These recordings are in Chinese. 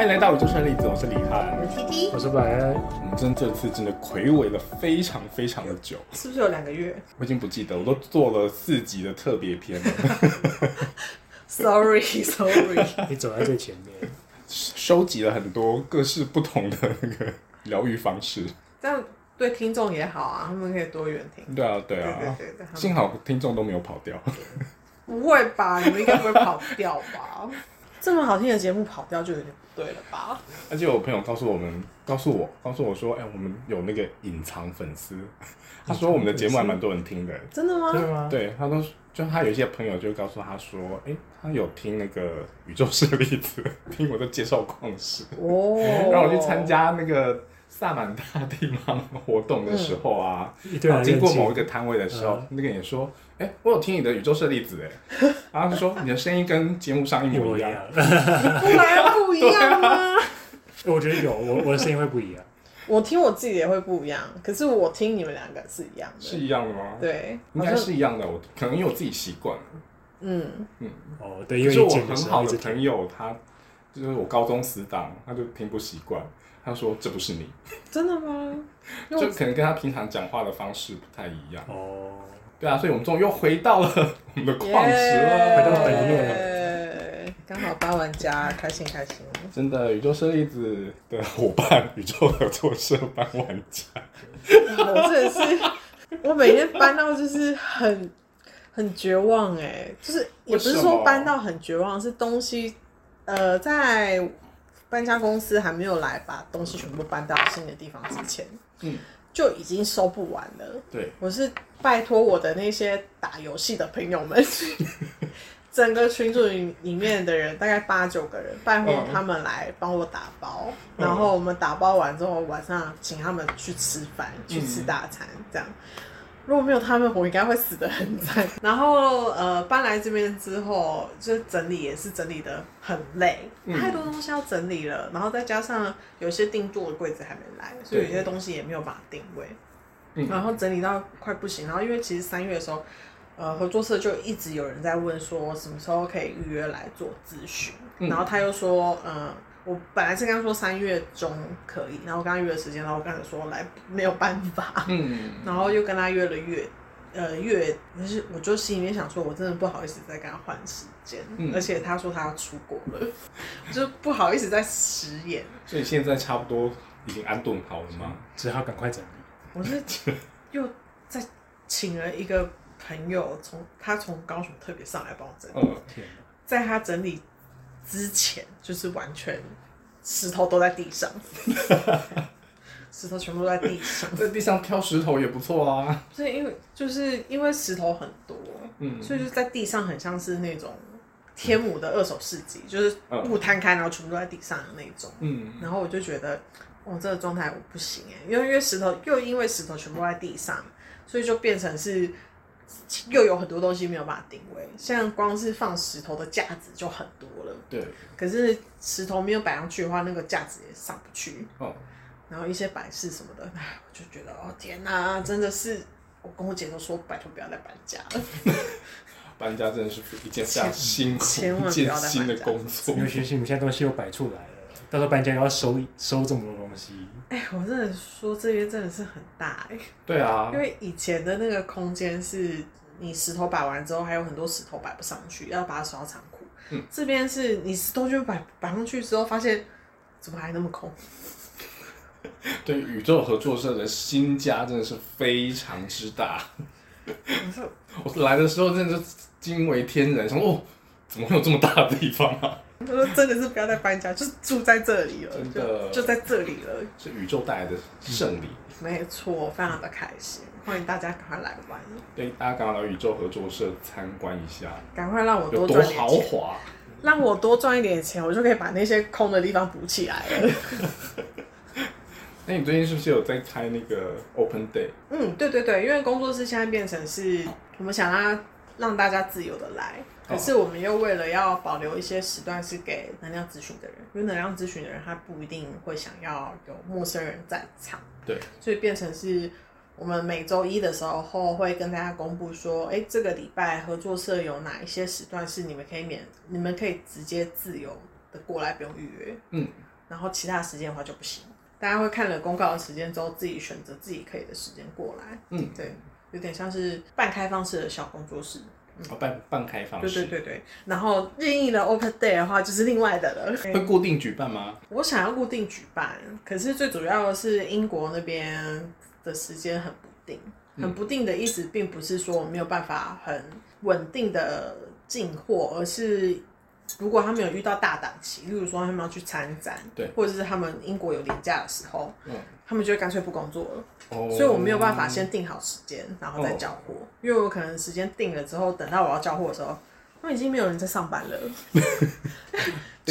迎来到宇宙船李子，我是李我涵。们 T T 我是白安，我们真这次真的魁违了非常非常的久，是不是有两个月我已经不记得，我都做了四集的特别篇了， ？Sorry Sorry，你走在最前面，收集了很多各式不同的那个疗愈方式。这样对听众也好啊，他们可以多元听。对啊，对对啊对，对对，他们幸好听众都没有跑掉。不会吧？你们应该不会跑掉吧？这么好听的节目跑掉就有点不对了吧？而且我朋友告诉我们，告诉我，告诉我说，哎、我们有那个隐藏粉丝，他说我们的节目还蛮多人听的。真的对吗？吗？ 对，他都就他有一些朋友就告诉他说，哎、他有听那个宇宙势力子，听我的介绍矿石，哦，让我去参。加那个萨满大地方活动的时候啊，一堆人经过认某一识个摊位的时候，嗯那个人也说，哎、我有听你的宇宙势力子，哎，然后他说你的声音跟节目上一一模模一一样。样。不然不一样吗？ 我觉得有，我我的声音会不一样。我听我自己的也会不一样，可是我听你们两个是一样的。是一样的吗？，对，应该是一样的。我可能因为我自己习惯了。嗯，哦，对，因可为是你我剪的很时好候一的直朋听，友，他就是我高中死党，他就听不习惯。他说：“这不是你。真的吗”？因为就我可能跟他平常讲话的方式不太一样。哦，对啊，所以我们终于又回到了 我们的矿石了，耶回到本业刚好当玩家，开心开心。真的，宇宙射粒子的伙伴，宇宙合作社帮玩家，我真的是，我每天搬到就是很很绝望哎、就是也不是为什说么搬到很绝望，是东西呃在搬家公司还没有来把东西全部搬到新的地方之前，嗯，就已经收不完了。对，我是拜托我的那些打游戏的朋友 们，整个群组里面的人大概八九个人，拜托嗯他们来帮我打包，嗯然后我们打包完之后，晚上请他们去吃饭，去嗯吃大餐，这样。如果没有他们，我应该会死得很惨。然后呃，搬来这边之后，就是整理也是整理的很累，嗯太多东西要整理了，然后再加上有些定做的柜子还没来，所以有些东西也没有办法定位。然嗯，后整理到快不行，然后因为其实三月的时候，呃，合作社就一直有人在问说什么时候可以预约来做咨询，嗯然后他又说，呃，我本来是跟他说三月中可以，然后我跟他约了时间，然后我跟他说来没有办法，嗯，然后又跟他约了月，呃月，可是我就心里面想说，我真的不好意思再跟他换时间，嗯而且他说他要出国了， 我就不好意思再食言，所以现在差不多已经安顿好了吗？只好赶快整理。我是又再请了一个朋友，从他从高雄特别上来帮我整理，嗯，天哪，在他整理之前，就是完全石头都在地上，石头全部都在地上，在地上挑石头也不错啊。所以因为就是因为石头很多，嗯，所以就在地上很像是那种天母的二手市集，就是嗯布摊开，然后全部都在地上的那种。嗯，然后我就觉得，我、这个状态我不行哎，因为因为石头又因为石头全部都在地上，所以就变成是又有很多东西没有办法定位，像光是放石头的架子就很多了，对，可是石头没有摆上去的话，那个架子也上不去，哦，然后一些摆饰什么的，唉，我就觉得哦天哪，真的是。我跟我姐都说，拜托不要再搬家了，搬家真的是一件非常辛千苦、万一不件要再搬家新的工作。尤其是你们现在东西又摆出来了，到时候搬家又要收收这么多东西，哎， 我真的说这边真的是很大哎、对啊因，为以前的那个空间是你石头摆完之后，还有很多石头摆不上去，要把它甩到仓库。嗯这边是你石头就摆摆上去之后，发现怎么还那么空？ 对宇宙合作社的新家真的是非常之大。我说我来的时候真的是惊为天人，想说哦，怎么会有这么大的地方啊？我说真的是不要再搬家，就住在这里了，真的就就在这里了，是宇宙带来的胜利。没错，非常的开心，欢迎大家赶快来玩，对，大家赶快来宇宙合作社参观一下，赶快让我有多多赚点豪钱，华。让我多赚一点钱，我就可以把那些空的地方补起来了。那你最近是不是有在开那个 Open Day？嗯，对对对，因为工作室现在变成是我们想让让大家自由的来，可是我们又为了要保留一些时段是给能量咨询的人，因为能量咨询的人他不一定会想要有陌生人在场，对，所以变成是我们每周一的时候会跟大家公布说，哎，这个礼拜合作社有哪一些时段是你们可以免，你们可以直接自由的过来，不用预约。嗯，然后其他时间的话就不行。大家会看了公告的时间之后，自己选择自己可以的时间过来。嗯，对，有点像是半开放式的小工作室。哦半半开放对对式，对对，然后任意的 Open Day 的话，就是另外的 了。会固定举办吗？我想要固定举办，可是最主要的是英国那边的时间很不定。很不定的意思，并不是说我没有办法很稳定的进货，而是如果他们有遇到大档期，例如说他们要去参展，对，或者是他们英国有廉价的时候，嗯，他们就会干脆不工作了。哦，所以我没有办法先定好时间，然后再交货，因为我可能时间定了之后，等到我要交货的时候，他们已经没有人在上班了。对。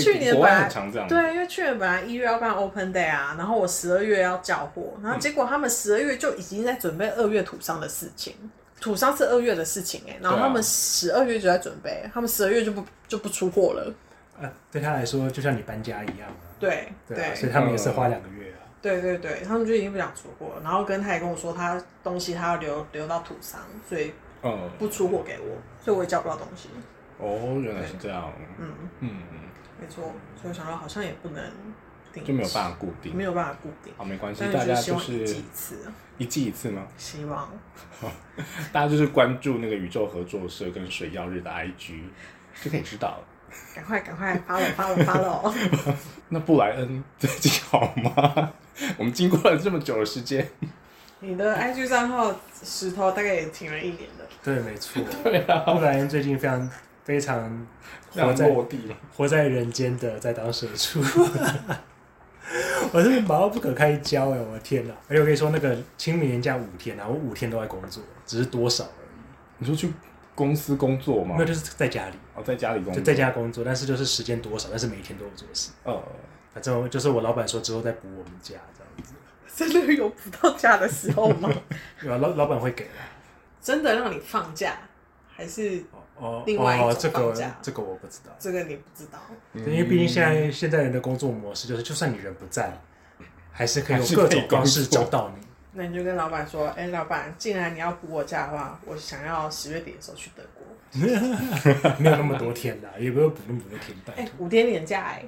去年国本外来很常这样，，对，因为去年本来一月要办 Open Day 啊，然后我十二月要交货，嗯然后结果他们十二月就已经在准备二月土商的事情。土商是二月的事情哎、然后对啊他们十二月就在准备，他们十二月就不就不出货了。啊，对他来说就像你搬家一样啊，对对啊，所以他们也是花两个月啊，对对对，他们就已经不想出货了。然后跟他也跟我说，他东西他要留留到土商，所以嗯，不出货给我，所以我也交不到东西。哦，原来是这样，嗯，嗯，没错，所以我想到好像也不能定，就没有办法固定没，有办法固定，好，没关系，但大是就家希就望一是季一次，一季一次吗？希望大家就是关注那个宇宙合作社跟水曜日的 IG 就可以知道了。赶快赶快 follow follow follow，那布莱恩最近好吗？ 我们经过了这么久的时间， 你的 IG 账号石头大概也停了一年了，对，没错。 对啊，布莱恩最近非常非常活在落地了。活在人间的在当社畜， 我是忙到不可开交哎，我的天哪！而且我跟你说，那个清明年假五天啊，我五天都在工作，只是多少而已，你说去公司工作吗没有？就是在家里，哦，在家里工就作，在家工作，但是就是时间多少，但是每一天都有做事。呃，反正就是我老板说之后再补我们假这样子，真的有补到假的时候吗？ 对啊，老老板会给的。真的让你放假，还是哦哦另外一种哦，这放假个这个我不知道，这个你不知道？对因为毕竟现在现在人的工作模式就是，就算你人不在，还是可以还有是各可以种方式工作找到你。那你就跟老板说，哎、老板，既然你要补我假的话，我想要十月底的时候去德国，没有那么多天啦，也不会补那么多天。拜哎、啊托，五天年假哎、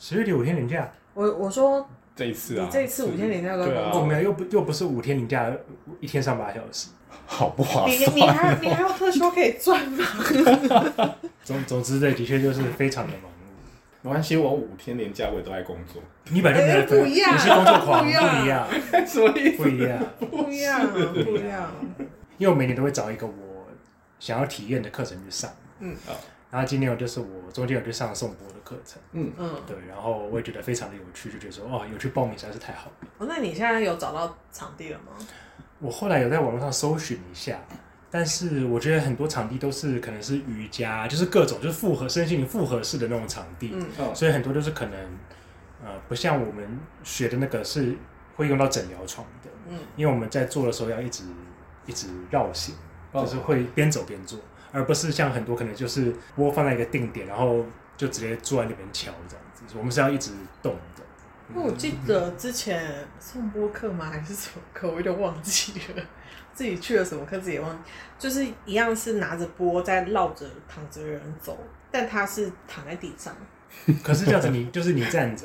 十月底五天年假，我我说这一次啊，你这一次五天连假都对我工啊作，没有，又不又不是五天年假，一天上八小时。好不划你你算？还你还有特休可以赚吗？总总之，对，的确就是非常的忙碌。没关系，我五天连假我也都在工作， 你本来就没有分哎不一样你是工作狂，不不一样一 样，什么意思不？一样。不 一样，不一样。因为我每年都会找一个我想要体验的课程去上。嗯哦然后今年我就是我中间有去上宋波的课程，嗯，嗯，对，然后我也觉得非常的有趣，就觉得说哦，有去报名实在是太好了。哦，那你现在有找到场地了吗？我后来有在网络上搜寻一下，但是我觉得很多场地都是可能是瑜伽，就是各种就是复合身心灵复合式的那种场地，嗯哦所以很多就是可能呃不像我们学的那个是会用到诊疗床的，嗯，因为我们在做的时候要一直一直绕行，哦就是会边走边做，而不是像很多可能就是窝放在一个定点，然后就直接坐在那边敲这样子，我们是要一直动的。因嗯为我记得之前送播课吗？还是什么课？我有点忘记了。自己去了什么课自己也忘记，就是一样是拿着波在绕着躺着的人走，但他是躺在地上，可是这样子你 就是你站着，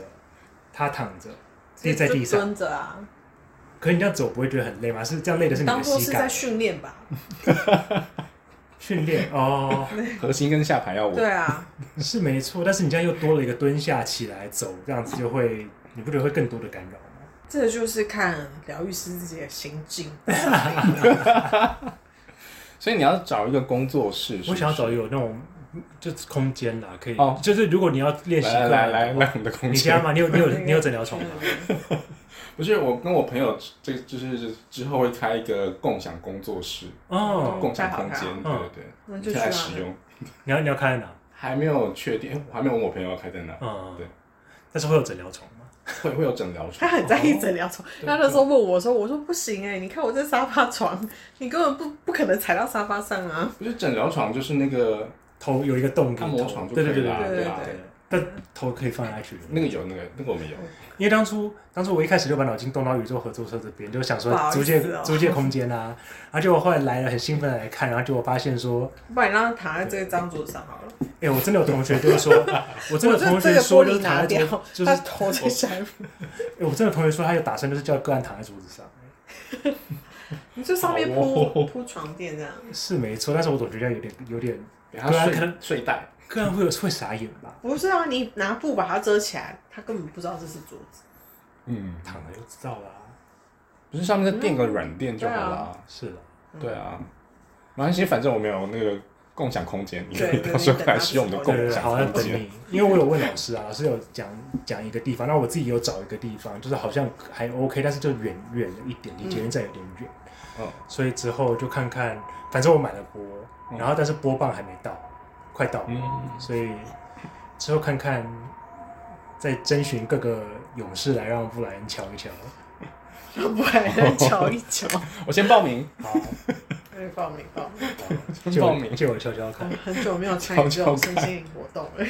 他躺着。就跌在地上，蹲着啊，可你这样走不会觉得很累吗？是这样累的是你当的做膝是在盖嗯训练吧？训练哦，核心跟下盘要稳对，啊，是没错。但是你这样又多了一个蹲下起来走，这样子就会，你不觉得会更多的干扰吗？这就是看疗愈师自己的心 境。所以你要找一个工作室。是我不是想要找有那种就是空间啦，可以，哦就是如果你要练习来课，来来来，我们的空你家间吗？你有你有你有诊疗啊床吗？不是我跟我朋友，这就是之后会开一个共享工作室、哦，共享空间，太好对了对那对，就你去可以来啊使用。你要你要开在哪？还没有确定，哎我还没有问我朋友要开在哪，嗯，对。但是会有诊疗床吗？会会有诊疗他 床。很在意诊疗哦床，对他那时候问我说：“我说不行哎、你看我这沙发床，你根本不不可能踩到沙发上啊。不是诊疗床，就是那个头有一个洞给按你摩头床，就可对以对对了啊，对对吧？对对，但头可以放下去了。那个有那个那个我们嗯有，因为当初当初我一开始就把脑筋动到宇宙合作社这边，就想说不好意思租借、哦租借空间啊，然后结果后来来了很兴奋地来看，然后结果发现说，不然你让他躺在这张桌子上好了。哎、我真的有同学就是说，我真的有同这学个说玻就是璃躺拿在掉桌，，就是他头在下面，哎我真的有同学说他有打算就是叫个案躺在桌子上，你就上面好铺铺床垫这样。是没错，但是我总觉得有点有点给他对啊可睡能睡袋，个案会有会傻眼吧，不是啊，你拿布把它遮起来，他根本不知道这是桌子。嗯，躺了就啊知道啦、不是上面再垫个软垫就好了。是了，嗯对啊，没关系，反正我们有那个共享空间，你对对 对到时候来使用我们的共对对对，共享好像空等间。你，因为我有问老师啊，老师有讲讲一个地方，那我自己有找一个地方，就是好像还 OK，但是就远远了一点，离捷运站有点远，嗯，所以之后就看看，反正我买了波，嗯然后但是波棒还没到，快到，嗯，所以之后看看，再征询各个勇士来让布莱恩瞧一瞧。要不然瞧一瞧，我先报名，好，哎，报名报名，先借 报我名，借我瞧瞧看。很久没有参与这种身心灵活动了。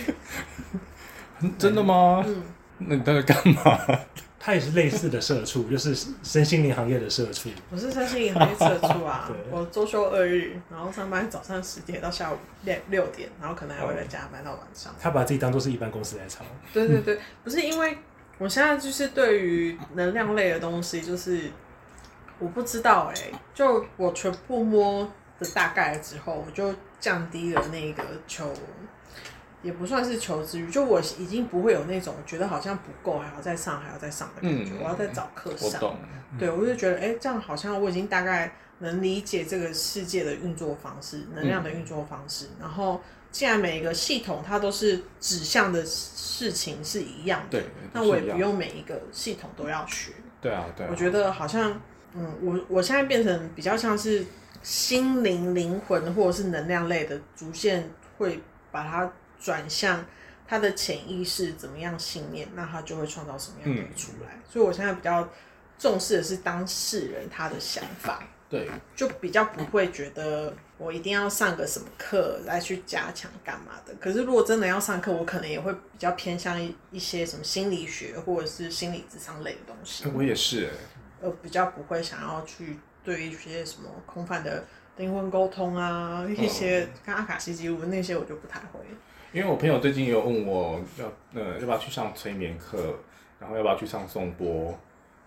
真的吗？嗯，那你到底干嘛？他也是类似的社畜，就是身心灵行业的社畜。我是身心灵行业社畜啊对，我周休二日，然后上班早上十点到下午六六点，然后可能还会再加班到晚上。他把自己当做是一般公司来操，对对对，不是因为我现在就是对于能量类的东西，就是我不知道哎、就我全部摸的大概之后，我就降低了那个求，也不算是求知欲，就我已经不会有那种觉得好像不够，还要再上，还要再上的感觉，嗯我要再找课我上。懂，对，我就觉得，哎、这样好像我已经大概能理解这个世界的运作方式，能嗯量的运作方式。然后，既然每一个系统它都是指向的事情是一样的，对，那我也就是不一样。用每一个系统都要学。对啊，对啊，我觉得好像，嗯，我我现在变成比较像是心灵、灵魂或者是能量类的，逐渐会把它转向他的潜意识怎么样信念，那他就会创造什么样的嗯出来。所以我现在比较重视的是当事人他的想法，对，就比较不会觉得我一定要上个什么课来去加强干嘛的。可是如果真的要上课，我可能也会比较偏向一一些什么心理学或者是心理智商类的东西。我也是欸，呃比较不会想要去对一些什么空泛的灵魂沟通啊，一些跟阿卡西记录那些我就不太会。因为我朋友最近有问我要呃要不要去上催眠课，然后要不要去上颂钵，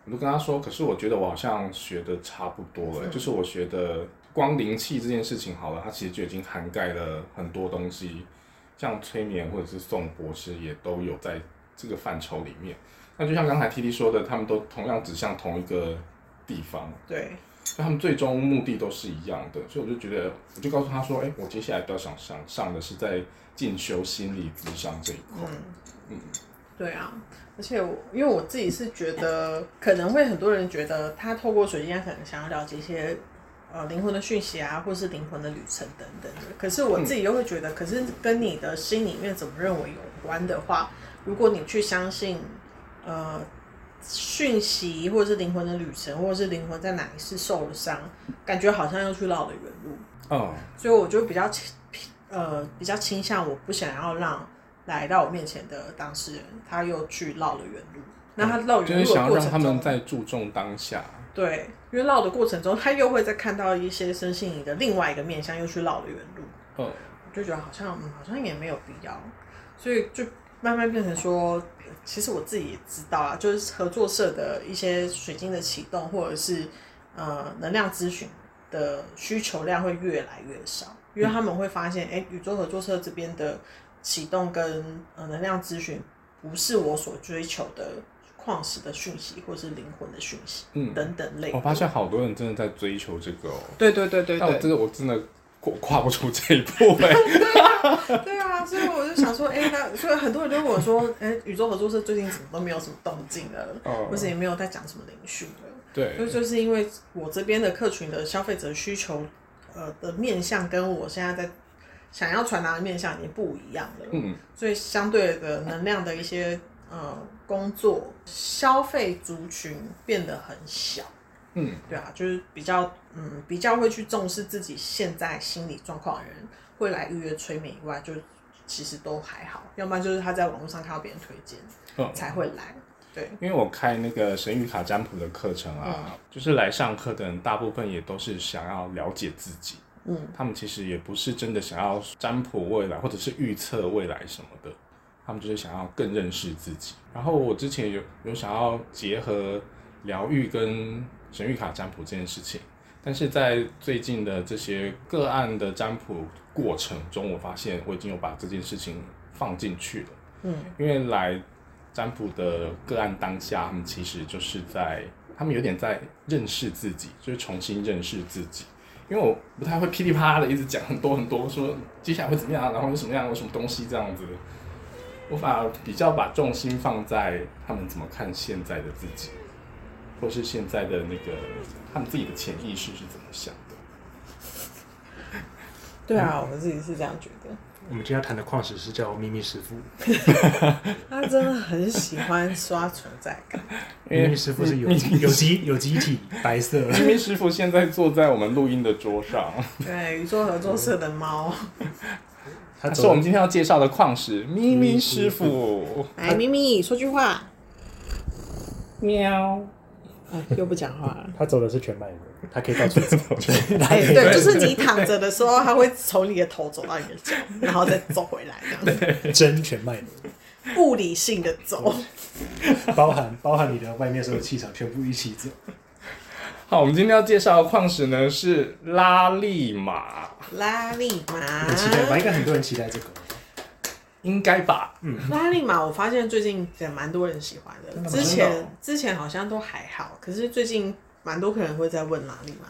我就跟他说，可是我觉得我好像学的差不多了，就是我学的光灵气这件事情好了，它其实就已经涵盖了很多东西，像催眠或者是颂钵，其实也都有在这个范畴里面。那就像刚才 T T 说的，他们都同样指向同一个地方，对，所以他们最终目的都是一样的，所以我就觉得，我就告诉他说，哎、我接下来比较想上上的是在进修心理咨商这一块。对啊，而且我因为我自己是觉得，可能会很多人觉得他透过水晶，他可能想要了解一些呃灵魂的讯息啊，或是灵魂的旅程等等的。可是我自己又会觉得，可是跟你的心里面怎么认为有关的话，如果你去相信呃讯息，或者是灵魂的旅程，或者是灵魂在哪一世受了伤，感觉好像又去绕了远路。嗯，所以我就比较倾呃比较倾向，我不想要让来到我面前的当事人他又去绕了远路。那他绕就远是路的想要过让他程们中，在注重当下。对，因为绕的过程中，他又会再看到一些身心灵的另外一个面向，又去绕了远路。嗯，我就觉得好像嗯，好像也没有必要，所以就慢慢变成说，呃其实我自己也知道啊，就是合作社的一些水晶的启动，或者是呃能量咨询的需求量会越来越少，因为他们会发现，哎、宇宙合作社这边的启动跟呃能量咨询不是我所追求的矿石的讯息，或是灵魂的讯息，嗯等等类的。我发现好多人真的在追求这个哦，对对对对但我对，真的我真的跨跨不出这一步 哎、 对啊，所以我就想说，哎、那所以很多人就问我说，哎、宇宙合作社最近怎么都没有什么动静了，哦或者也没有在讲什么灵讯了，就对，就是因为我这边的客群的消费者需求，呃的面向跟我现在在想要传达的面向已经不一样了，嗯，所以相对的能量的一些呃工作消费族群变得很小。嗯，对啊，就是比较嗯比较会去重视自己现在心理状况的人，会来预约催眠以外，就其实都还好，要不然就是他在网络上看到别人推荐嗯才会来。对，因为我开那个神谕卡占卜的课程啊，嗯就是来上课的人大部分也都是想要了解自己，嗯，他们其实也不是真的想要占卜未来或者是预测未来什么的，他们就是想要更认识自己。然后我之前有有想要结合疗愈跟神谕卡占卜这件事情，但是在最近的这些个案的占卜过程中，我发现我已经有把这件事情放进去了。嗯，因为来占卜的个案当下，他们其实就是在，他们有点在认识自己，就是重新认识自己。因为我不太会噼里啪啦的一直讲很多很多，说接下来会怎么样，然后有什么样有什么东西这样子。我反而比较把重心放在他们怎么看现在的自己，或是现在的那个他们自己的潜意识是怎么想的。对啊，我自己是这样觉得。我们今天要谈的矿石是叫秘密师傅，他真的很喜欢刷存在感，秘密师傅是有机有机有机体白色的， 因为师傅现在坐在我们录音的桌上，对宇宙合作社的猫，他他是我走们今天要介绍的矿石咪咪师傅。 来咪咪说句话，喵。哎，又不讲话了。他走的是全麦的，他可以到 处走， 哎，对，就是你躺着的时候，它会从你的头走到你的脚，然后再走回来，这样真全麦的，不理性的走。包含包含你的外面所有气场全部一起走。好，我们今天要介绍的矿石呢是拉力玛， 拉力很期待吧？马，应该很多人期待这个。应该吧？拉力马，我发现最近也蛮多人喜欢的真。的吗之真的哦前之前好像都还好，可是最近蛮多客人会在问拉力马。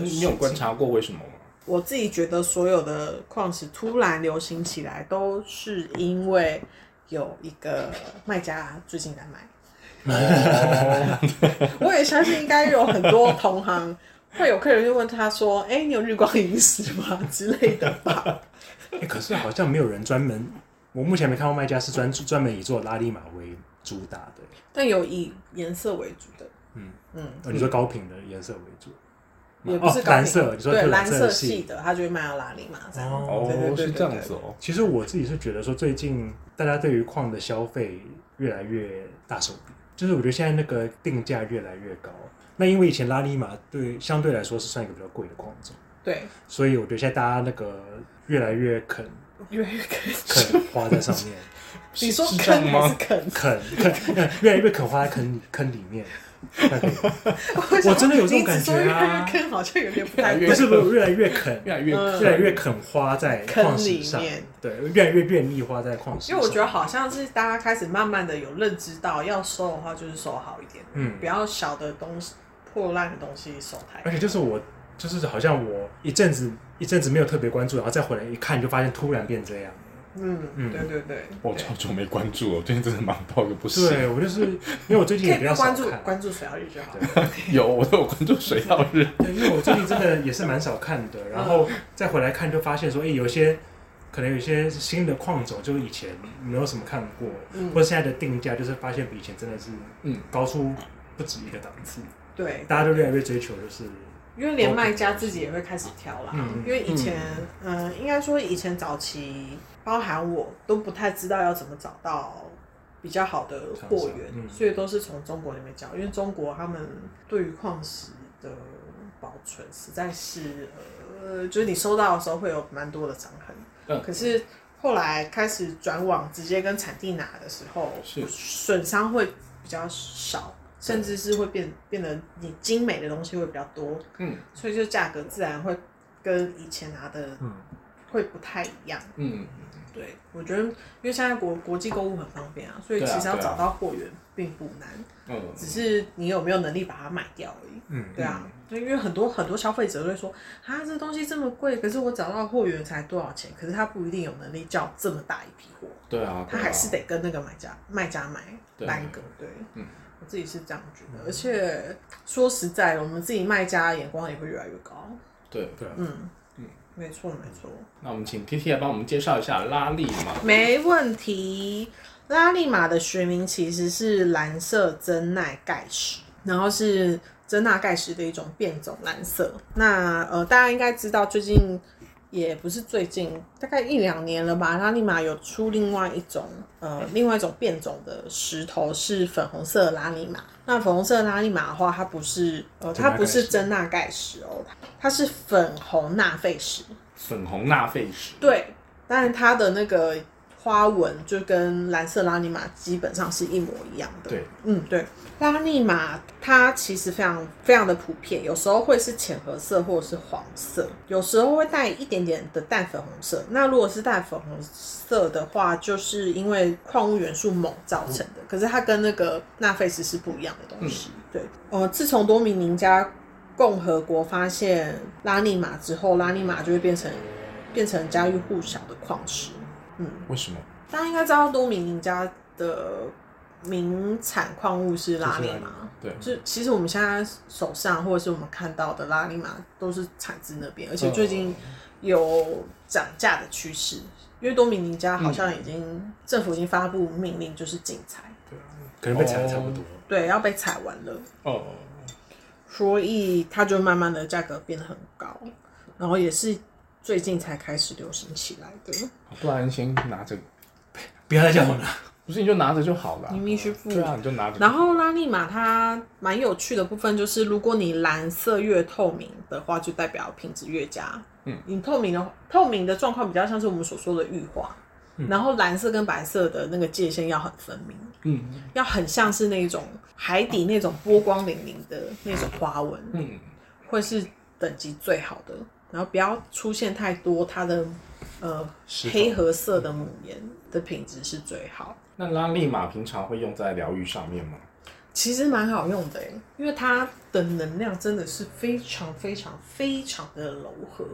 你你有观察过为什么吗？我自己觉得所有的矿石突然流行起来，都是因为有一个卖家最近在卖。 我也相信应该有很多同行会有客人就问他说：“哎、你有日光萤石吗？”之类的 吧。哎，可是好像没有人专门，我目前没看过卖家是专专门以做拉力马为主打的。但有以颜色为主的，哦，你说高频的颜色为主，也不是哦高蓝频色你说对特蓝蓝色色系系的，他就会卖到拉力嘛这样。哦对对对对是这样子哦。其实我自己是觉得说，最近大家对于矿的消费越来越大手笔，就是我觉得现在那个定价越来越高。那因为以前拉力马对相对来说是算一个比较贵的矿种，对，所以我觉得现在大家那个越来越肯越来越坑。肯花在上面，你说是这样坑还是吗？坑？肯肯越来越肯花在坑坑里面。想我真的有这种 你只感觉说越来啊越坑好像有点 不太越不是不是，越来越肯，越来越嗯越来越肯花在矿坑里石上面，对，越来越愿意花在矿石因上。为我觉得好像是大家开始慢慢的有认知到，要收的话就是收好一点，嗯不要小的东西、破烂的东西收太而多。且就是我，就是好像我一阵子一阵子没有特别关注，然后再回来一看，就发现突然变这样。嗯，嗯对对对，我超久没关注了，我最近真的忙到一个不行。对我就是因为我最近对也比可以不较要少关注看，啊关注水曜日就好了。 有，我都有关注水曜日。对，因为我最近真的也是蛮少看的，然后再回来看就发现说，哎、有些可能有些新的矿种，就是以前没有什么看过，嗯或者现在的定价，就是发现比以前真的是嗯高出不止一个档次，对，大家都越来越追求就是因为连卖家自己也会开始挑啦，嗯因为以前，嗯、应该说以前早期，包含我都不太知道要怎么找到比较好的货源，厂商嗯所以都是从中国那边找，因为中国他们对于矿石的保存实在是，呃，就是你收到的时候会有蛮多的伤痕，嗯可是后来开始转往直接跟产地拿的时候，是损伤会比较少，甚至是会变变得你精美的东西会比较多，嗯所以就价格自然会跟以前拿的嗯会不太一样。嗯，对，我觉得因为现在国国际购物很方便啊，所以对啊其实要对啊找到货源并不难，嗯只是你有没有能力把它买掉而已。嗯对啊，就因为很多很多消费者都会说，啊，这东西这么贵，可是我找到货源才多少钱？可是他不一定有能力叫这么大一批货，对啊，他对啊还是得跟那个买家卖家买对单个。对，嗯我自己是这样觉得。而且说实在的，我们自己卖家眼光也会越来越高。对。对啊，嗯，没错没错，那我们请 T T 来帮我们介绍一下拉力玛。没问题。拉力玛的学名其实是蓝色真奈盖石，然后是真纳盖石的一种变种蓝色。那呃，大家应该知道最近也不是最近，大概一两年了吧，拉力玛有出另外一种，呃，另外一种变种的石头是粉红色的拉力玛。那粉红色的拉力玛的话，它不是呃，真纳它钙不是石真纳钙石哦，它是粉红纳费石。粉红纳费石，对，但是它的那个花纹就跟蓝色拉尼玛基本上是一模一样的。对，嗯，对，拉尼玛它其实非常非常的普遍，有时候会是浅褐色或者是黄色，有时候会带一点点的淡粉红色。那如果是淡粉红色的话，就是因为矿物元素锰造成的，可是它跟那个纳费石是不一样的东西。对，呃，自从多米尼加共和国发现拉尼玛之后，拉尼玛就会变成变成家喻户晓的矿石。嗯，为什么？大家应该知道多米尼加的名产矿物是拉就是力拉力玛。对，就其实我们现在手上或者是我们看到的拉力玛都是产自那边，而且嗯最哦近有涨价的趋势，因为多米尼加好像已经、政府已经发布命令，就是禁采，可能被踩的差不多。对，要被采完了，哦，所以它就慢慢的价格变得很高，然后也是最近才开始流行起来的。哦不然先拿着，不要再叫我了，不是你就拿着就好了。明明是不对啊，你就拿着。然后拉力玛它蛮有趣的部分就是，如果你蓝色越透明的话，就代表品质越佳。嗯，你透明的透明的状况比较像是我们所说的玉化，然后蓝色跟白色的那个界限要很分明，嗯要很像是那种海底那种波光粼粼的那种花纹，嗯，会是等级最好的。然后不要出现太多它的呃石头黑褐色的母岩的品质是最好。那拉力玛平常会用在疗愈上面吗？其实蛮好用的欸，因为它的能量真的是非常非常非常的柔和，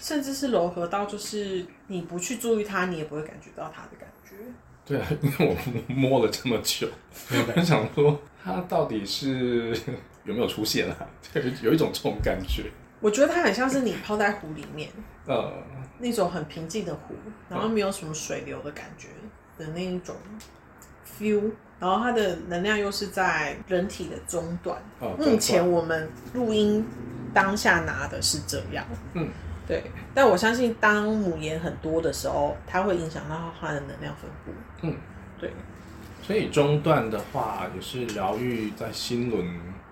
甚至是柔和到就是你不去注意它，你也不会感觉到它的感觉。对啊，因为我摸了这么久，我想说它到底是有没有出现啊？ 就有一种这种感觉。我觉得它很像是你泡在湖里面呃，那种很平静的湖，然后没有什么水流的感觉的那一种 feel，然后它的能量又是在人体的中段。哦目前我们录音当下拿的是这样。嗯，对，但我相信当母岩很多的时候，它会影响到它的能量分布。嗯，对，所以中段的话也是疗愈在心轮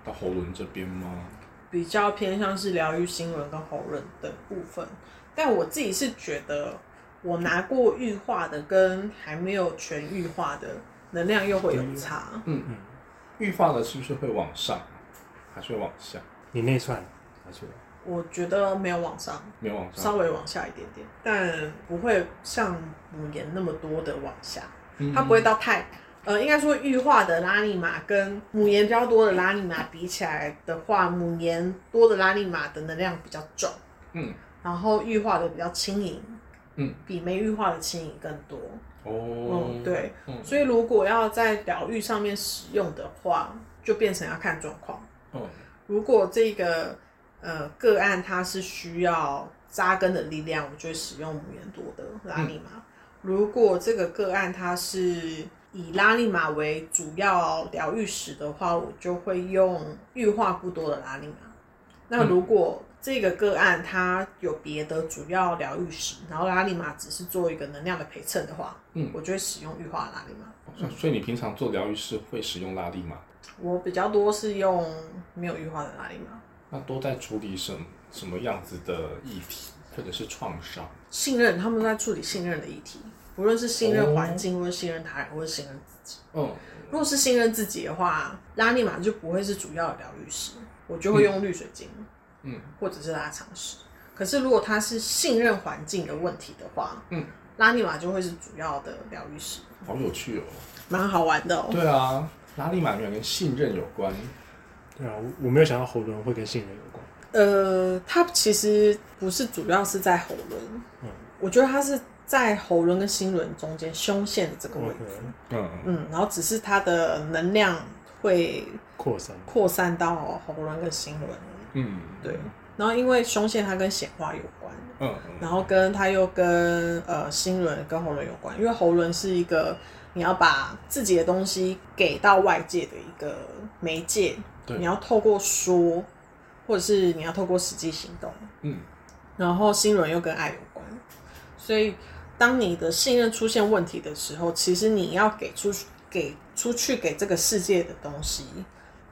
到喉轮这边吗？比较偏向是疗愈心轮跟喉轮的部分。但我自己是觉得，我拿过玉化的跟还没有全玉化的能量又会有嗯差。预化的是不是会往上，还是会往下？ 你内算还是我觉得没有往上，没有往上？稍微往下一点点，但不会像母岩那么多的往下。嗯它不会到太，呃，应该说玉化的拉力玛跟母岩比较多的拉力玛比起来的话，母岩多的拉力玛的能量比较重，嗯然后玉化的比较轻盈，嗯，比没玉化的轻盈更多。哦、嗯对，嗯所以如果要在疗愈上面使用的话，就变成要看状况。嗯如果这个呃个案它是需要扎根的力量，我就会使用五元多的拉力玛。如果这个个案它是以拉力玛为主要疗愈石的话，我就会用玉化不多的拉力玛。那如果这个个案它有别的主要疗愈石，然后拉力玛只是做一个能量的陪衬的话，嗯我就会使用玉化拉力玛。所以所以你平常做疗愈是会使用拉力吗？我比较多是用没有玉化的拉力玛。那都在处理什么什么样子的议题，或者是创伤？信任，他们都在处理信任的议题，不论是信任环境，或是信任他人，或是信任自己。嗯，如果是信任自己的话，拉力玛就不会是主要的疗愈师，我就会用绿水晶，嗯，或者是拉长石。可是如果他是信任环境的问题的话，嗯，拉力玛就会是主要的疗愈师，好有趣哦。蛮好玩的哦。对啊，拉力满原来跟信任有关。对啊，我我没有想到喉轮会跟杏仁有关。呃，它其实不是主要是在喉轮，嗯我觉得它是在喉轮跟心轮中间胸腺的这个位置。 ，OK，嗯，嗯，然后只是它的能量会扩散。扩散到喉轮跟心轮，嗯，对。然后因为胸腺它跟显化有关，嗯，然后跟它又跟呃心轮跟喉轮有关，因为喉轮是一个你要把自己的东西给到外界的一个媒介，对你要透过说，或者是你要透过实际行动，嗯，然后心轮又跟爱有关，所以当你的信任出现问题的时候，其实你要给出给出去给这个世界的东西，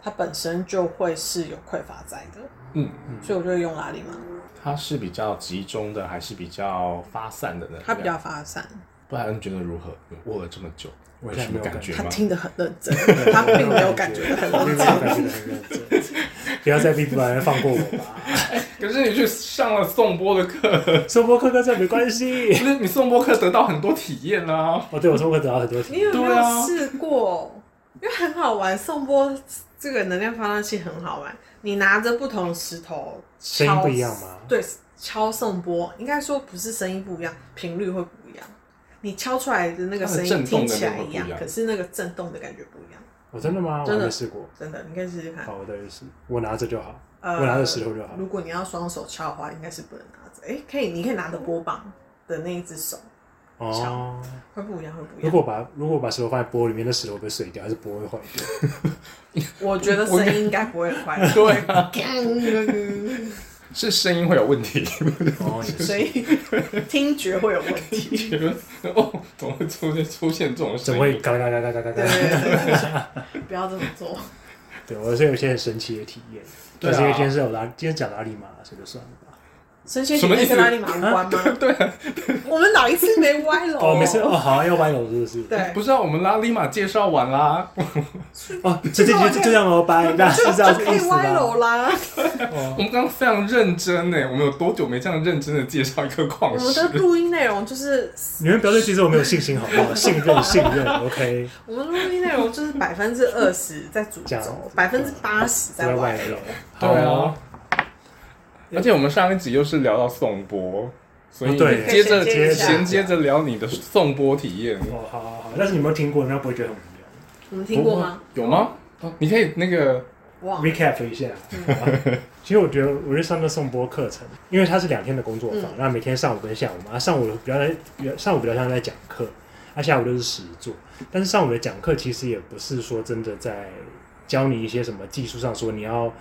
它本身就会是有匮乏在的。嗯，所以我就会用拉力嘛，它是比较集中的，还是比较发散的呢？它比较发散，不然觉得如何？握了这么久，有现在什没么有感感觉觉他吗？听得很认真，他并没有感觉得很我 认并没真。有感觉很认真。不要再逼不然放过我吧。可是你去上了颂钵的课， 收播课跟这没关 系。不是你颂钵课得到很多体验啊啦、哦，对，我收播课得到很多你题。有没对有啊试过？因为很好玩，送波这个能量发散器很好玩。你拿着不同的石头，声音敲不一样吗对，敲送波，应该说不是声音不一样，频率会不一样。你敲出来的那个它的声音震动听的起来那个一会样不一，样可是那个震动的感觉不一样。我真的吗？我真还的没试过。真的，你可以试试看。好，我再试试。我拿着就好，呃我拿着石头就好。如果你要双手敲的话，应该是不能拿着。哎、可以，你可以拿着波棒的那一只手，哦。会不一样，会不如一样。果把如果把石头放在钵里面，那石头会碎掉，还是钵会坏掉？我觉得声音应该不会 很快， 对 啊，干是声音会有问题。哦，也所以听觉会有问题。觉得 哦，怎么会出现出现这种怎声么会音？嘎嘎嘎嘎嘎嘎对嘎？对对对，不要这么做。对，我是有一些很神奇的体验。对但啊是因为今天是有拉，今天讲拉力嘛，所以就算了吧。神仙什么意体思跟拉力马无关吗？对啊，我们哪一次没歪了？哦，没事，哦，好，要歪楼是不是？对，不是啊，我们拉立马介绍完啊啦。哦，这这就 就这样哦，拜，那是就这样就子可意以思歪吧？哦楼啦。哦 我们刚刚非常认真呢，我们有多久没这样认真的介绍一个我矿们的啊石？录音内容就是，你们不要对其实我没有信心好不好？信任，信任，OK。 我们录音内容就是百分之二十在主这样轴子，百分之八十在在歪外楼楼。，对好啊，而且我们上一集又是聊到颂钵，所以哦对你接着可以衔接一下衔接着聊你的颂钵体验。哦，好好好，但是你有没有听过？那不会觉得很无聊你们听过吗？不会？有吗？哦你可以那个忘了。 ？Recap 一下。好吧嗯 其实我觉得我是上那颂钵课程，因为它是两天的工作坊嗯，那每天上午跟下午嘛，啊上午比较在比较上午比较像在讲课，那下午就是实做。但是上午的讲课其实也不是说真的在教你一些什么技术上，说你要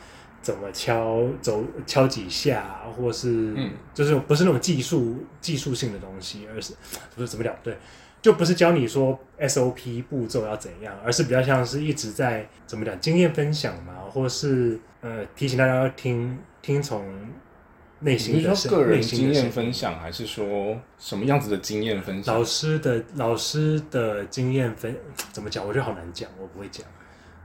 怎么敲走敲几下，或是、嗯就是不是那种技术技术性的东西，而是不是怎么讲对。就不是教你说 SOP 步骤要怎样，而是比较像是一直在怎么讲经验分享嘛，或是呃提醒大家要听听从内你心的是说声个人内心经的声音验分享，还是说什么样子的经验分享老？师的老师的经验分怎么讲？我觉得好难讲，我不会讲。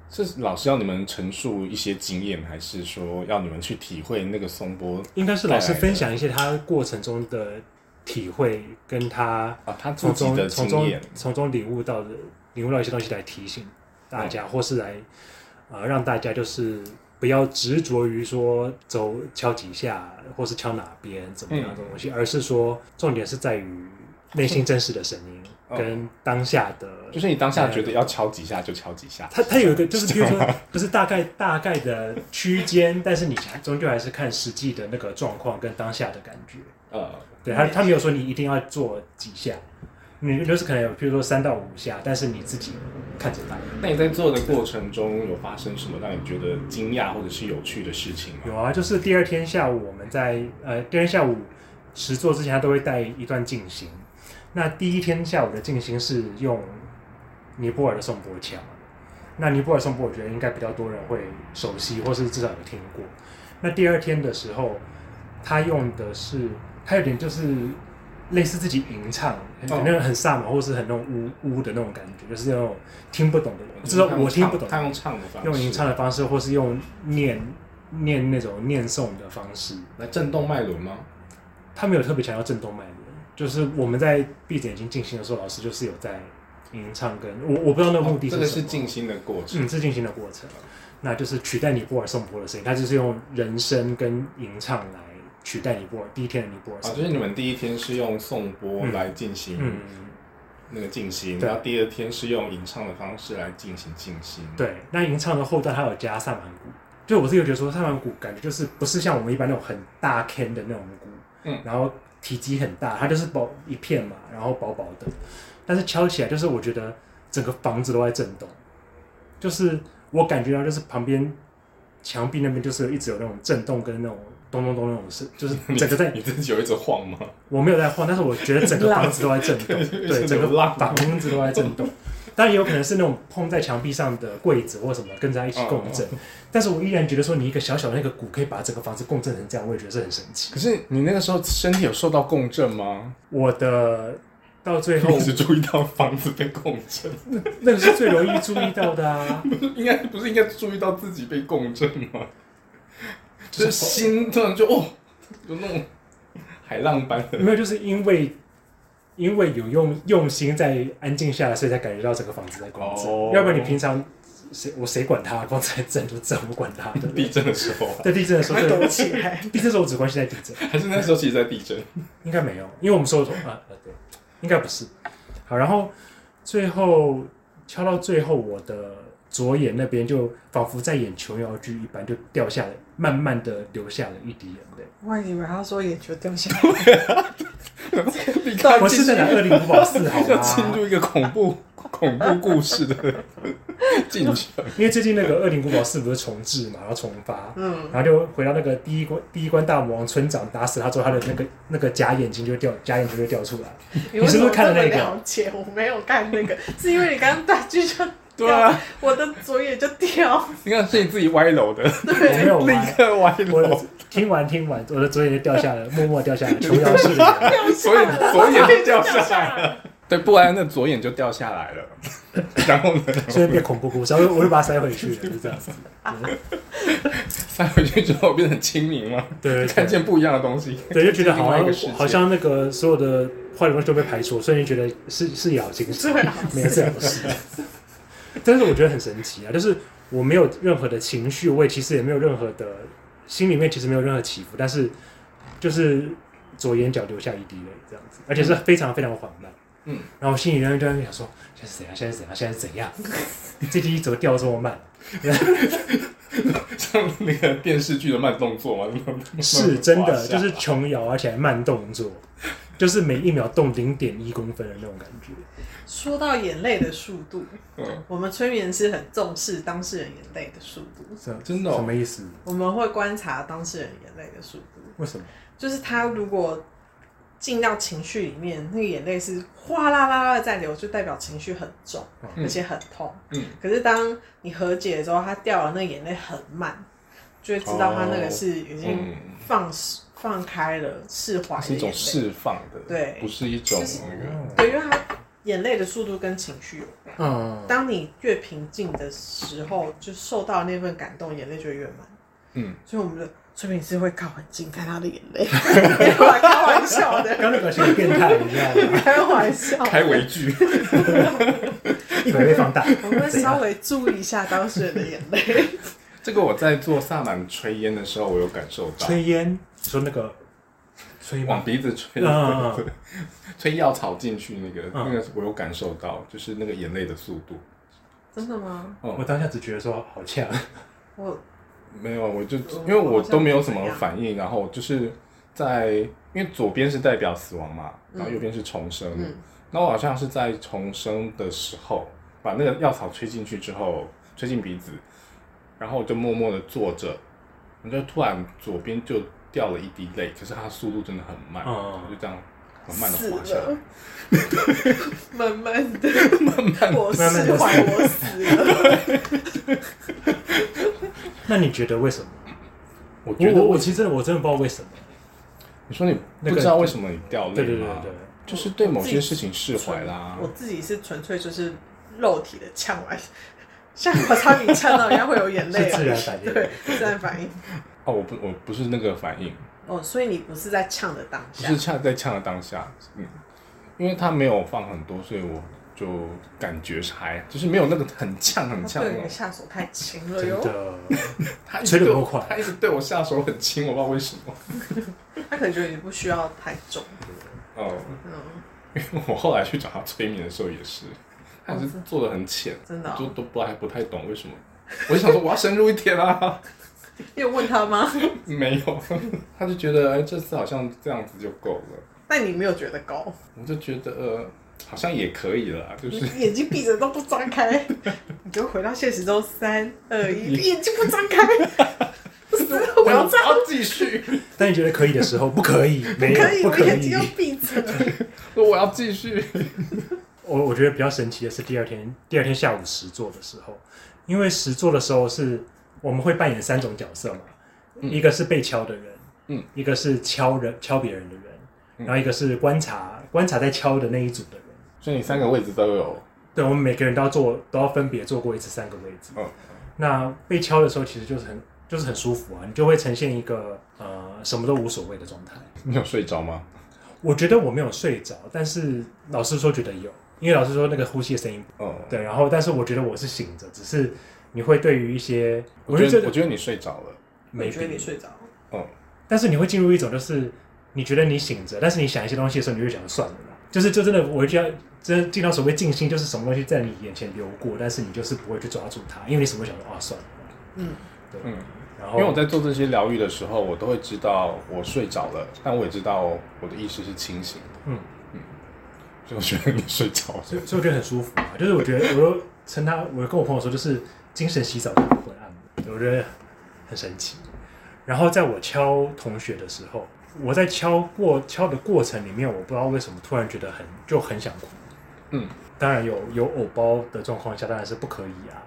是老师要你们陈述一些经验，还是说要你们去体会那个松波应该是老师带来的分享一些他过程中的体会，跟他啊他自从己中的从经中验？从中领悟到的领悟到一些东西来提醒大嗯家，或是来呃让大家就是不要执着于说走敲几下，或是敲哪边怎么样这嗯种东西，而是说重点是在于内心真实的声音、哦跟当下的就是你当下觉得要敲几下就敲几下，它它有一个就是，比如说不是大概大概的区间，但是你终究还是看实际的那个状况跟当下的感觉。呃，对他，他没有说你一定要做几下，你就是可能有，比如说三到五下，但是你自己看着办。那你在做的过程中有发生什么让你觉得惊讶或者是有趣的事情吗？有啊，就是第二天下午我们在呃，第二天下午实做之前，他都会带一段进行。那第一天下午的进行是用尼泊尔的颂钵敲，那尼泊尔颂钵我觉得应该比较多人会熟悉，或是至少有听过。那第二天的时候，他用的是，他有点就是类似自己吟唱，很哦那种很萨满，或是很那种呜呜的那种感觉，就是那种听不懂的人，至少我听不懂的人。他用唱的方式，用吟唱的方式，或是用念念那种念诵的方式，来震动脉轮吗？他没有特别强调震动脉轮，就是我们在闭着眼睛进行的时候，老师就是有在吟唱跟我我不知道那个目的哦是这什么，个是静心的过程。嗯是进行的过程，那就是取代尼泊尔颂钵的声音，他就是用人声跟吟唱来取代尼泊尔第一天的尼泊尔啊，颂就钵，是你们第一天是用颂钵嗯来进行嗯那个静心，对然后第二天是用吟唱的方式来进行静心。，对，那吟唱的后段它有加萨满鼓，就我自己觉得说萨满鼓感觉就是不是像我们一般那种很大 can 的那种鼓，嗯然后体积很大，它就是薄一片嘛，然后薄薄的，但是敲起来就是我觉得整个房子都在震动，就是我感觉到就是旁边墙壁那边就是一直有那种震动跟那种咚咚咚那种是，就是整个在 你自己有一直晃吗？我没有在晃，但是我觉得整个房子都在震动，对，整个有浪房子都在震动。当然也有可能是那种碰在墙壁上的柜子或什么跟着它一起共振，但是我依然觉得说你一个小小的那个鼓可以把整个房子共振成这样，我也觉得是很神奇。可是你那个时候身体有受到共振 吗？我的到最后 我只注意到房子被共振，那个是最容易注意到的啊，应该不是应该注意到自己被共振吗？就就是是心突然就哦，有那种海浪般的。没有就是因为因为有用用心在安静下来，所以才感觉到整个房子在共振。哦要不然你平常谁我谁管他，房子在震就震，我管他 的。地震的时候啊，在地震的时候，快对躲起来。地震的时候我只关心在地震。还是那时候其实在地震。应该没有，因为我们收走啊， 呃，对，应该不是。好，然后最后敲到最后，我的左眼那边就仿佛在演琼瑶剧一般，就掉下了，慢慢的流下了一滴眼泪。我以为他说眼球掉下来，你看，我是在讲《恶灵古堡四》 好要进吗？入一个恐怖恐怖故事的进程。因为最近那个《恶灵古堡四》不是重置嘛，然后重发，嗯，然后就回到那个第一关，第一关大魔王村长打死他之后，他的那个那个假眼睛就掉，假眼睛就掉出 来。你你是不是看了那个为什么这么了解？我没有看那个， 是因为你刚刚断句就 对啊，我的左眼就掉，你看是你自己歪楼的，我没有立玩，刻歪我楼，听完听完，我的左眼就掉下了，默默地掉下来，琼瑶式的。所以左眼就掉下来了。下来。对，不然那左眼就掉下来了。然后呢， 所以变恐怖故事，然后我就把它塞回 去了，就这样子。塞回去之后变成清明嘛，对，看见不一样的东西，对，就觉得看见好另外一个世界像好像那个所有的坏的东西都被排除，所以觉得视视野好清晰，对好没有这样的事。但是我觉得很神奇啊，就是我没有任何的情绪，我也其实也没有任何的心里面其实没有任何起伏，但是就是左眼角流下一滴泪这样子，而且是非常非常缓慢。嗯，然后心里面就在想说，现在是怎样？现在是怎样？现在是怎样？ 这滴怎么掉这么慢？像那个电视剧的慢动作嘛，慢慢地是真滑的，下就是琼瑶，而且还慢动作，就是每一秒动零点一公分的那种感觉。说到眼泪的速度，嗯，我们催眠师很重视当事人眼泪的速度，是啊真的哦什么意思？我们会观察当事人眼泪的速度。为什么？就是他如果进到情绪里面，那个眼泪是哗啦啦啦的在流，就代表情绪很重，嗯而且很痛。嗯，可是当你和解的时候，他掉了，那眼泪很慢，就会知道他那个是已经嗯，放、放开了，释怀的是一眼种泪。释放的，对不是一种就是嗯那个。对，因为他眼泪的速度跟情绪有关。嗯，当你越平静的时候，就受到那份感动，眼泪就会越慢。嗯，所以我们的催眠师会靠很近看他的眼泪， 没有啦开玩笑的， 刚那个是很变态，你知道吗？开玩笑。开微剧， 一百倍放大，我们会稍微注意一下当事人的眼泪。这个我在做萨满炊烟的时候，我有感受到，吹烟，你说那个吹往吗？鼻子吹，嗯对吹药草进去那个，嗯那个我有感受到，就是那个眼泪的速度。真的吗？嗯我当下只觉得说好呛， 我没有，我就我因为我都没有什我么好像不怎样反应，然后就是在因为左边是代表死亡嘛，嗯然后右边是重生，嗯那我好像是在重生的时候把那个药草吹进去之后，吹进鼻子，然后我就默默的坐着，我就突然左边就掉了一滴泪，可是它速度真的很慢，嗯我就这样很慢的死滑下来了，慢慢的，慢我释慢慢地怀，我死了。那你觉得为什么？我觉我得我我我其实真的我真的不知道为什么。你说你那不个知道为什么你掉泪吗？对对对对，就是对某些事情释怀啦。我自己是纯粹就是肉体的呛完，像我差点呛到，人家会有眼对泪是自然反应。啊对，自然反应。哦，我不我不是那个反应，哦，所以你不是在呛的当不下是，呛在呛的当下，嗯，因为他没有放很多，所以我就感觉是还就是没有那个很呛很他呛的哦那对你的种。下手太轻了真哟，的，他一直吹得对够我快他一直对我下手很轻，我不知道为什么。他可能觉得你不需要太重。哦， 嗯，因为我后来去找他催眠的时候也是，他也是做的很浅，真的哦就都不还不太懂为什么。我就想说我要深入一点啊， 你有问他吗？ 没有， 他就觉得哎这次好像这样子就够了。但你没有觉得高。我就觉得呃，好像也可以了啊，就是你眼睛闭着都不张 开，你就回到现实中，三二一，眼睛不张开，死了，我要 这样。要继续，当你觉得可以的时候，不可以，没有可以，不我可眼睛以要。闭着了。我要继续。我我觉得比较神奇的是第二天，第二天下午实做的时候，因为实做的时候是我们会扮演三种角色嘛，嗯一个是被敲的人，嗯，一个是敲人敲别人的人，嗯然后一个是观察观察在敲的那一组的人。所以你三个位置都有， 对，我们每个人都要做，都要分别做过一次三个位置。嗯那被敲的时候，其实就是很就是很舒服啊，你就会呈现一个呃什么都无所谓的状态。你有睡着吗？我觉得我没有睡着，但是老师说觉得有，因为老师说那个呼吸的声音嗯，对，然后但是我觉得我是醒着，只是你会对于一些，我是觉觉得我得觉得你睡着了。没我觉得必你睡着了，但是你会进入一种就是你觉得你醒着，但是你想一些东西的时候，你就想算了啦，就是就真的我就要真进到所谓静心，就是什么东西在你眼前流过，但是你就是不会去抓住它，因为你什么都想说啊算了，嗯，对，嗯然因为我后在做这些疗愈的时候，我都会知道我睡着了，但我也知道我的意识是清醒的。嗯所以我觉得你睡着了。所以所以我觉得很舒服啊，就是我觉得我都称他，我跟我朋友说，就是精神洗澡都不会按摩，对我觉得很神奇。然后在我敲同学的时候，我在敲过敲的过程里面，我不知道为什么突然觉得很就很想哭。嗯，当然有有偶包的状况下，当然是不可以啊，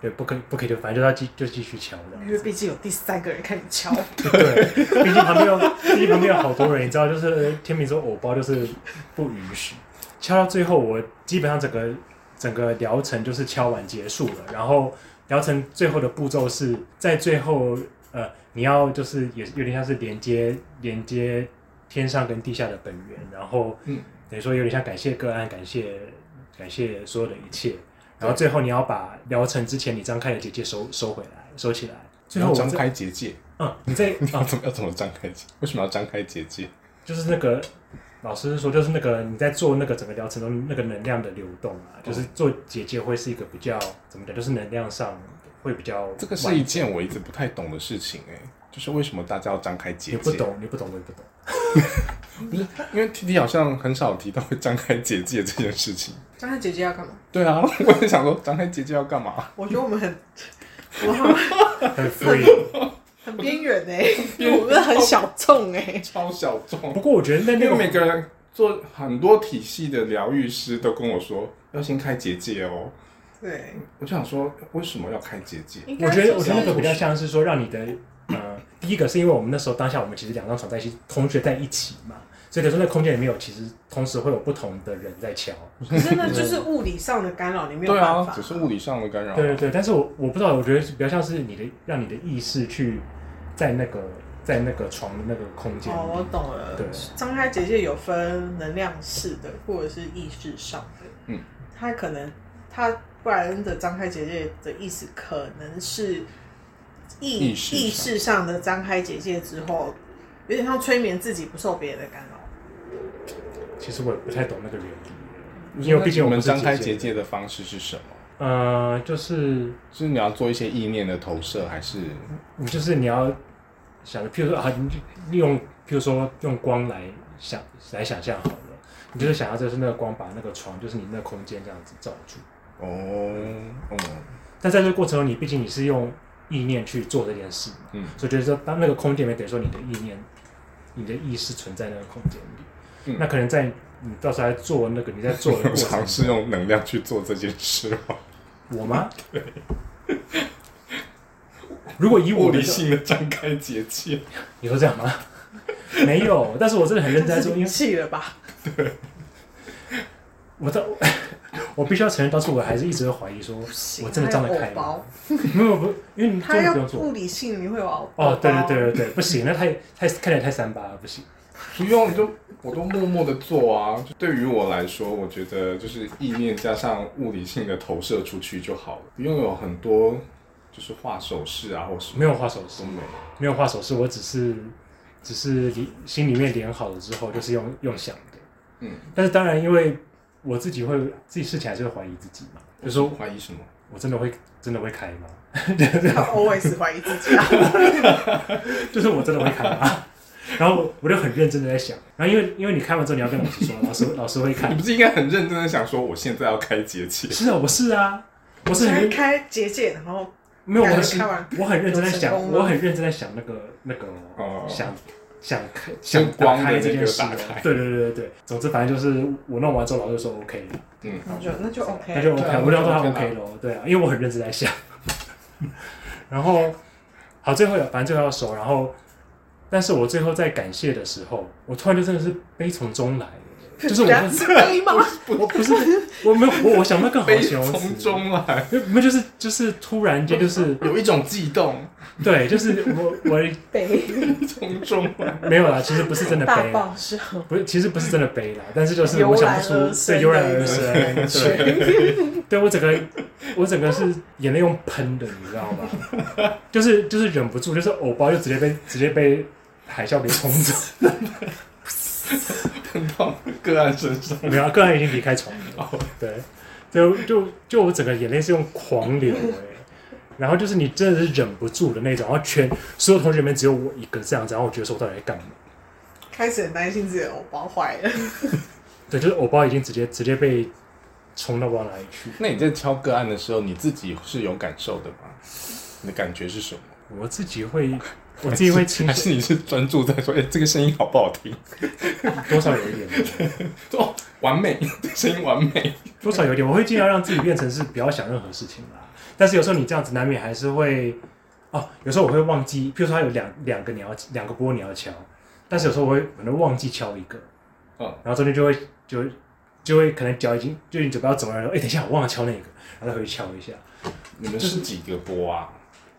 对，不可以不可以就反正就要继就继续敲的。因为毕竟有第三个人看你 敲，对，毕竟旁边有，毕竟旁边有好多人，你知道，就是天秤座偶包就是不允许。敲到最后，我基本上整个呃整个疗程就是敲完结束了，然后疗程最后的步骤是在最后，呃，你要就是也有点像是连接连接天上跟地下的本源，然后嗯等于说有点像感谢个案，感谢感谢所有的一切，然后最后你要把疗程之前你张开的结界收收回来，收起来。最后要我张在开结界， 嗯，你在你啊要，怎么要怎么张开结？为什么要张开结界？就是那个老师是说，就是那个你在做那个整个疗程中那个能量的流动啊，哦就是做结界会是一个比较怎么讲，就是能量上会比较这个是完一件我一直不太懂的事情哎、就是为什么大家要张开结你界？不，懂，你不懂，我也不懂。因为 T T 好像很少提到会张开结界这件事情。张翰姐姐要干嘛？对啊， 我也想说张开结界要干嘛？我觉得我们很，我们很 free。很边缘 哎，我们很小众哎、超小众不。过我觉得那因为那每个个人做很多体系的疗愈师都跟我说要先开结界哦，对，我就想说为什么要开结界？应该我觉得就我是觉得那个比较像是说让你的呃，第一个是因为我们那时候当下我们其实两张床在一起，同学在一起嘛，所以等于说那空间里面有其实同时会有不同的人在敲。可是那就是物理上的干扰，你没有对办啊法。，只是物理上的干扰。对对对，但是我我不知道，我觉得比较像是你的让你的意识去在那个在那个床的那个空间里哦，我懂了对。张开结界有分能量式的或者是意识上的。嗯，他可能他布莱恩的张开结界的意思可能是意意识上意识上的张开结界之后，有点像催眠自己不受别人的干扰。其实我也不太懂那个原理。就是因为毕竟我我们们是张开结界结界的方式是什么？呃，就是是你要做一些意念的投射，还是你就是你要想着，譬如说啊，你就利用譬如说用光来想来想象好了，你就是想要就是那个光把那个床就是你那个空间这样子罩住。哦，嗯，但在这个过程中，你毕竟你是用意念去做这件事嘛，嗯所以就是说，当那个空间里面，等于说你的意念、你的意识存在那个空间里，嗯那可能在你到时候在做那个你在做的有过程尝 试中，用能量去做这件事吗？我吗？如果以我物的理性的张开结界，你说这样吗？ 没有，但是我真的很认真在这做，是因灵为气了吧？我到 我必须要承认，当时我还是一直在怀疑说，我真的张得开他有吗？偶包，没有不，因为你他真的要不用做物。理性，你会有偶包哦，对对对，对对，不行，那太太看起来太三八了，不行。不用，就我都默默的做啊。就对于我来说，我觉得就是意念加上物理性的投射出去就好了，不用有很多就是画手势啊，或什么没有画手势都，没有。没有画手势，我只是只是里心里面连好了之后，就是用用想的。嗯，但是当然，因为我自己会自己事情还是会怀疑自己嘛，就是说怀疑什么？ 我真的会真的会开吗？他 always 怀疑自 己啊。就是我真的会开吗？ 然后我就很认真的在想，然后因为因为你开完之后你要跟老师说，老师老师会你看不，是应该很认真的想说，我现在要开结界？是啊，我是啊，我是很开认开结界，然后没有，我感觉很开完我很认真在有成功想，吗我很认真在想那个那个哦想想开想光打的开这那件个事打啊开，对对对对对。总之，反正就是我弄完之后，老师说 OK，嗯，那就那就那 OK。就 OK，对啊我聊到他我觉得 OK 咯，对啊，因为我很认真在想。然后，好，最后反正最后要熟，然后，但是我最后在感谢的时候，我突然就真的是悲从中来，就是我人家是悲吗？我不是我没有我我想不到更好的悲形容从词，中来，没有没有就是就是突然间就是有一种悸 动，对，就是我我悲从中来，没有啦，其实不是真的大悲啦，爆笑，不是其实不是真的悲啦，但是 就是由我想然不出而对生油的然而一生个，对对我整个我整个是眼泪用喷的，你知道吗？就是就是忍不住，就是偶包就直接被直接被海啸给冲走，喷到个案身上，没有啊，个人已经离开床了。哦对，就就就我整个眼泪是用狂流哎、然后就是你真的是忍不住的那种，然后全所有同学里面只有我一个这样子，然后我觉得说我到底在干嘛？ 开始很担心自己的偶包坏了。对，就是偶包已经直接直接被冲到不知道哪里去。那你在挑个案的时候，你自己是有感受的吗？你的感觉是什么？我自己会，我自己会清还醒是你是专注在说，哎、这个声音好不好听？多少有一点，说哦，完美， 这声音完美。多少有一点，我会尽量让自己变成是不要想任何事情啦。但是有时候你这样子难免还是会，哦，有时候我会忘记，譬如说它有两两个你要两个波你要敲，但是有时候我会可能忘记敲一个，嗯，然后中间就会就会就会可能脚已经就你嘴巴要走了，然后哎、等一下我忘了敲那个，然后再回去敲一下，你们是几个波啊？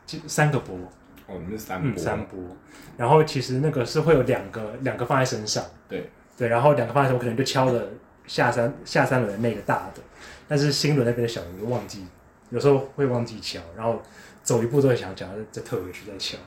就三个波，哦，你们是三波。嗯，三波。然后其实那个是会有两个两个放在身上，对对，然后两个放在身上，我可能就敲了下三下三轮那个大的，但是新轮那边的小轮我忘记，有时候会忘记敲，然后走一步都会想想要再退回去再敲，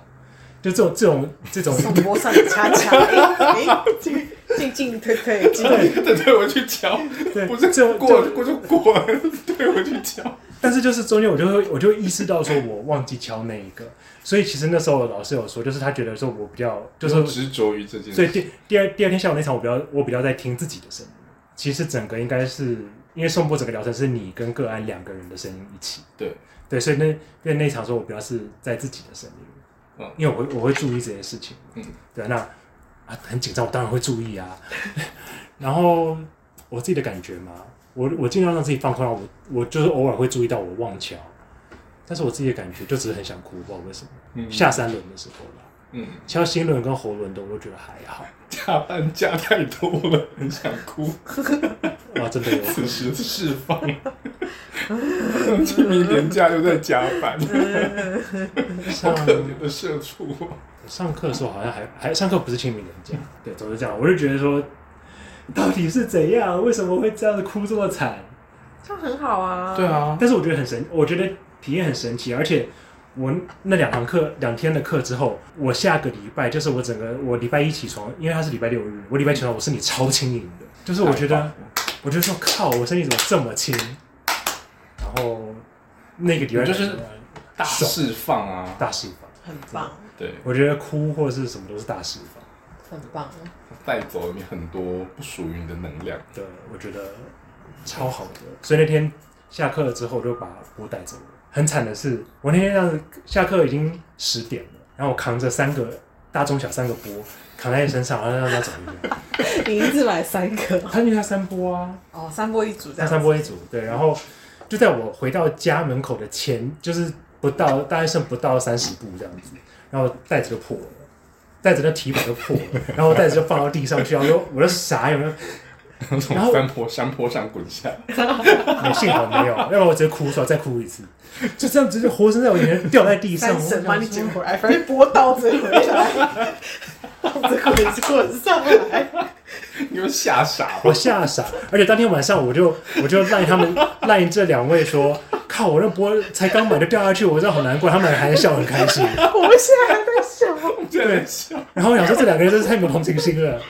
就这种这种这 种手摸上掐掐，哎哎，进进退退，进对 对对，我去敲，对不是这种过我就过了， 对我去敲。但是就是中间我就会我就会意识到说我忘记敲那一个，所以其实那时候老师有说，就是他觉得说我比较就是，执着于这件所以事。第第二第二天下午那场我比较我比较在听自己的声音，其实整个应该是因为颂钵整个疗程是你跟个案两个人的声音一起，对对，所以那那那场说我比较是在自己的声音，嗯因为我会我会注意这些事情，嗯，对，那啊很紧张，我当然会注意啊， 然后我自己的感觉嘛，我我尽量让自己放空，然后我我就是偶尔会注意到我忘桥，但是我自己的感觉就只是很想哭，不知道为什么。嗯下三轮的时候啦，嗯，敲心轮跟喉轮的我都觉得还好，加班加太多了， 很想哭， 哇，真的有此时释 放。清明年假又在加班，好上可怜的社畜。上课的时候好像还还上课不是清明人假，对，总是这样，我就觉得说到底是怎样，为什么会这样子哭这么惨？这样很好啊。对，啊，但是我觉得很神，我觉得体验很神奇，而且我那两堂课两天的课之后，我下个礼拜就是我整个我礼拜一起床，因为它是礼拜六日，我礼拜起床我身体超轻盈的，就是我觉得我觉得说靠，我身体怎么这么轻？然后那个礼拜就是大释放啊，大释放，很棒，对，我觉得哭或者是什么都是大释放。很棒。带走你很多不属于你的能量。对，我觉得超好的。所以那天下课了之后，我就把波带走了。很惨的是，我那天这样子下课已经十点了，然后我扛着三个大、中、小三个波扛在身上，然后让他走一遍。你一次买三个他因为他三波啊，哦，三波一组这他样。三波一组，对。然后就在我回到家门口的前，就是不到大概剩不到三十步这样子，然后袋子就破了。袋子的提把就破了，然后袋子就放到地上去，然后我就我就傻眼了，从然后山坡山坡上滚下来，没幸好没有，要不然我直接哭出来，再哭一次，就这样直接活生生在我眼前掉在地上。三我神想把你说捡回来，反正波倒着回来，倒着滚滚上来。 你又吓傻我了。吓傻，而且当天晚上我就我就赖他们赖这两位说，靠，我那波才刚买就掉下去，我真的好难过，他们还在笑得很开心。我们现在还在笑，我真的笑，然后我想说这两个人真是太没有同情心了，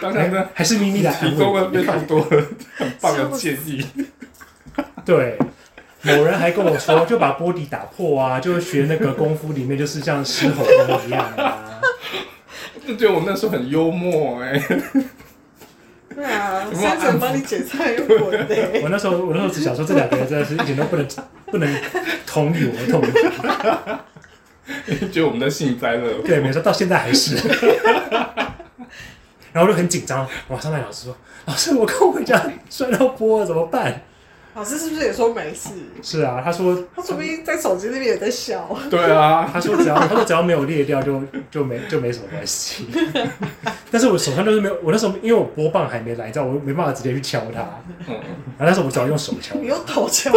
当然呢，还是咪咪来安啊提慰供我了非常 多的很棒的建议。对。某人还跟我说，就把波底打破啊，就学那个功夫里面，就是像狮吼功一样啊。就觉得我那时候很幽默哎、 对啊，三神帮你捡菜又滚的。 我那时候，我那时候只想说，这两个人真的是一点都不能不能同理我们痛苦。觉得我们在幸灾乐祸。 对，没错，到现在还是。 然后我就很紧张，我马上问老师说：“老师，我跟我回家摔到波了，怎么办老师是不是也说没事？？”是啊，他说他说不定在手机那边也在笑。对啊，他说只要他说只要没有裂掉就就没就没什么关系， 但是我手上就是没有，我那时候因为我波棒还没来，你知道我没办法直接去敲它，嗯，然后那时候我只好用手敲，你用头敲，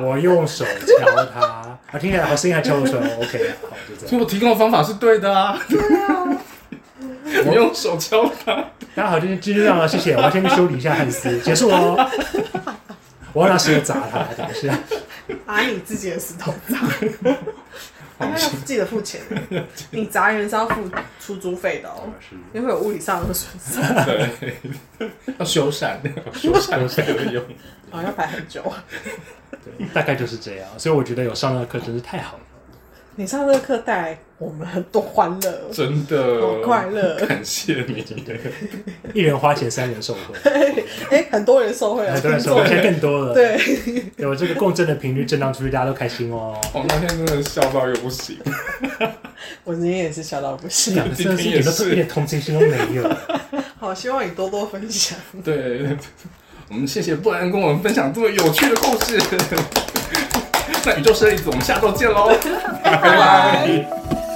我用手敲它，啊听起来好声音还敲得出来，OK，好就这所样，以我提供的方法是对的啊， 你用手敲它。大家好，今天今天这样了，谢谢，我要先去修理一下汉斯，结束哦， 我要拿石头砸它，等一下，把啊你自己的石头 砸。他啊哎要记得付钱，你砸人是要付出租费的哦，因为会有物理上的损失，对， 要修缮，修缮才有 用。好要排很久。啊对，大概就是这样，所以我觉得有上那个课真是太好了，你上这个课带来我们很多欢乐，真的，好快乐感谢你，一人花钱三人受惠，哎、很多人受惠了，很多人受惠，听众现在更多了，。对，有这个共振的频率震荡出去，大家都开心哦。我那天真的笑到又不行。我今天也是笑到不行，讲的真的是一点都一点同情心都没有。好希望你多多分享。对，我们谢谢布兰跟我们分享这么有趣的故事。 那宇宙射粒子，我们下周见喽，拜拜。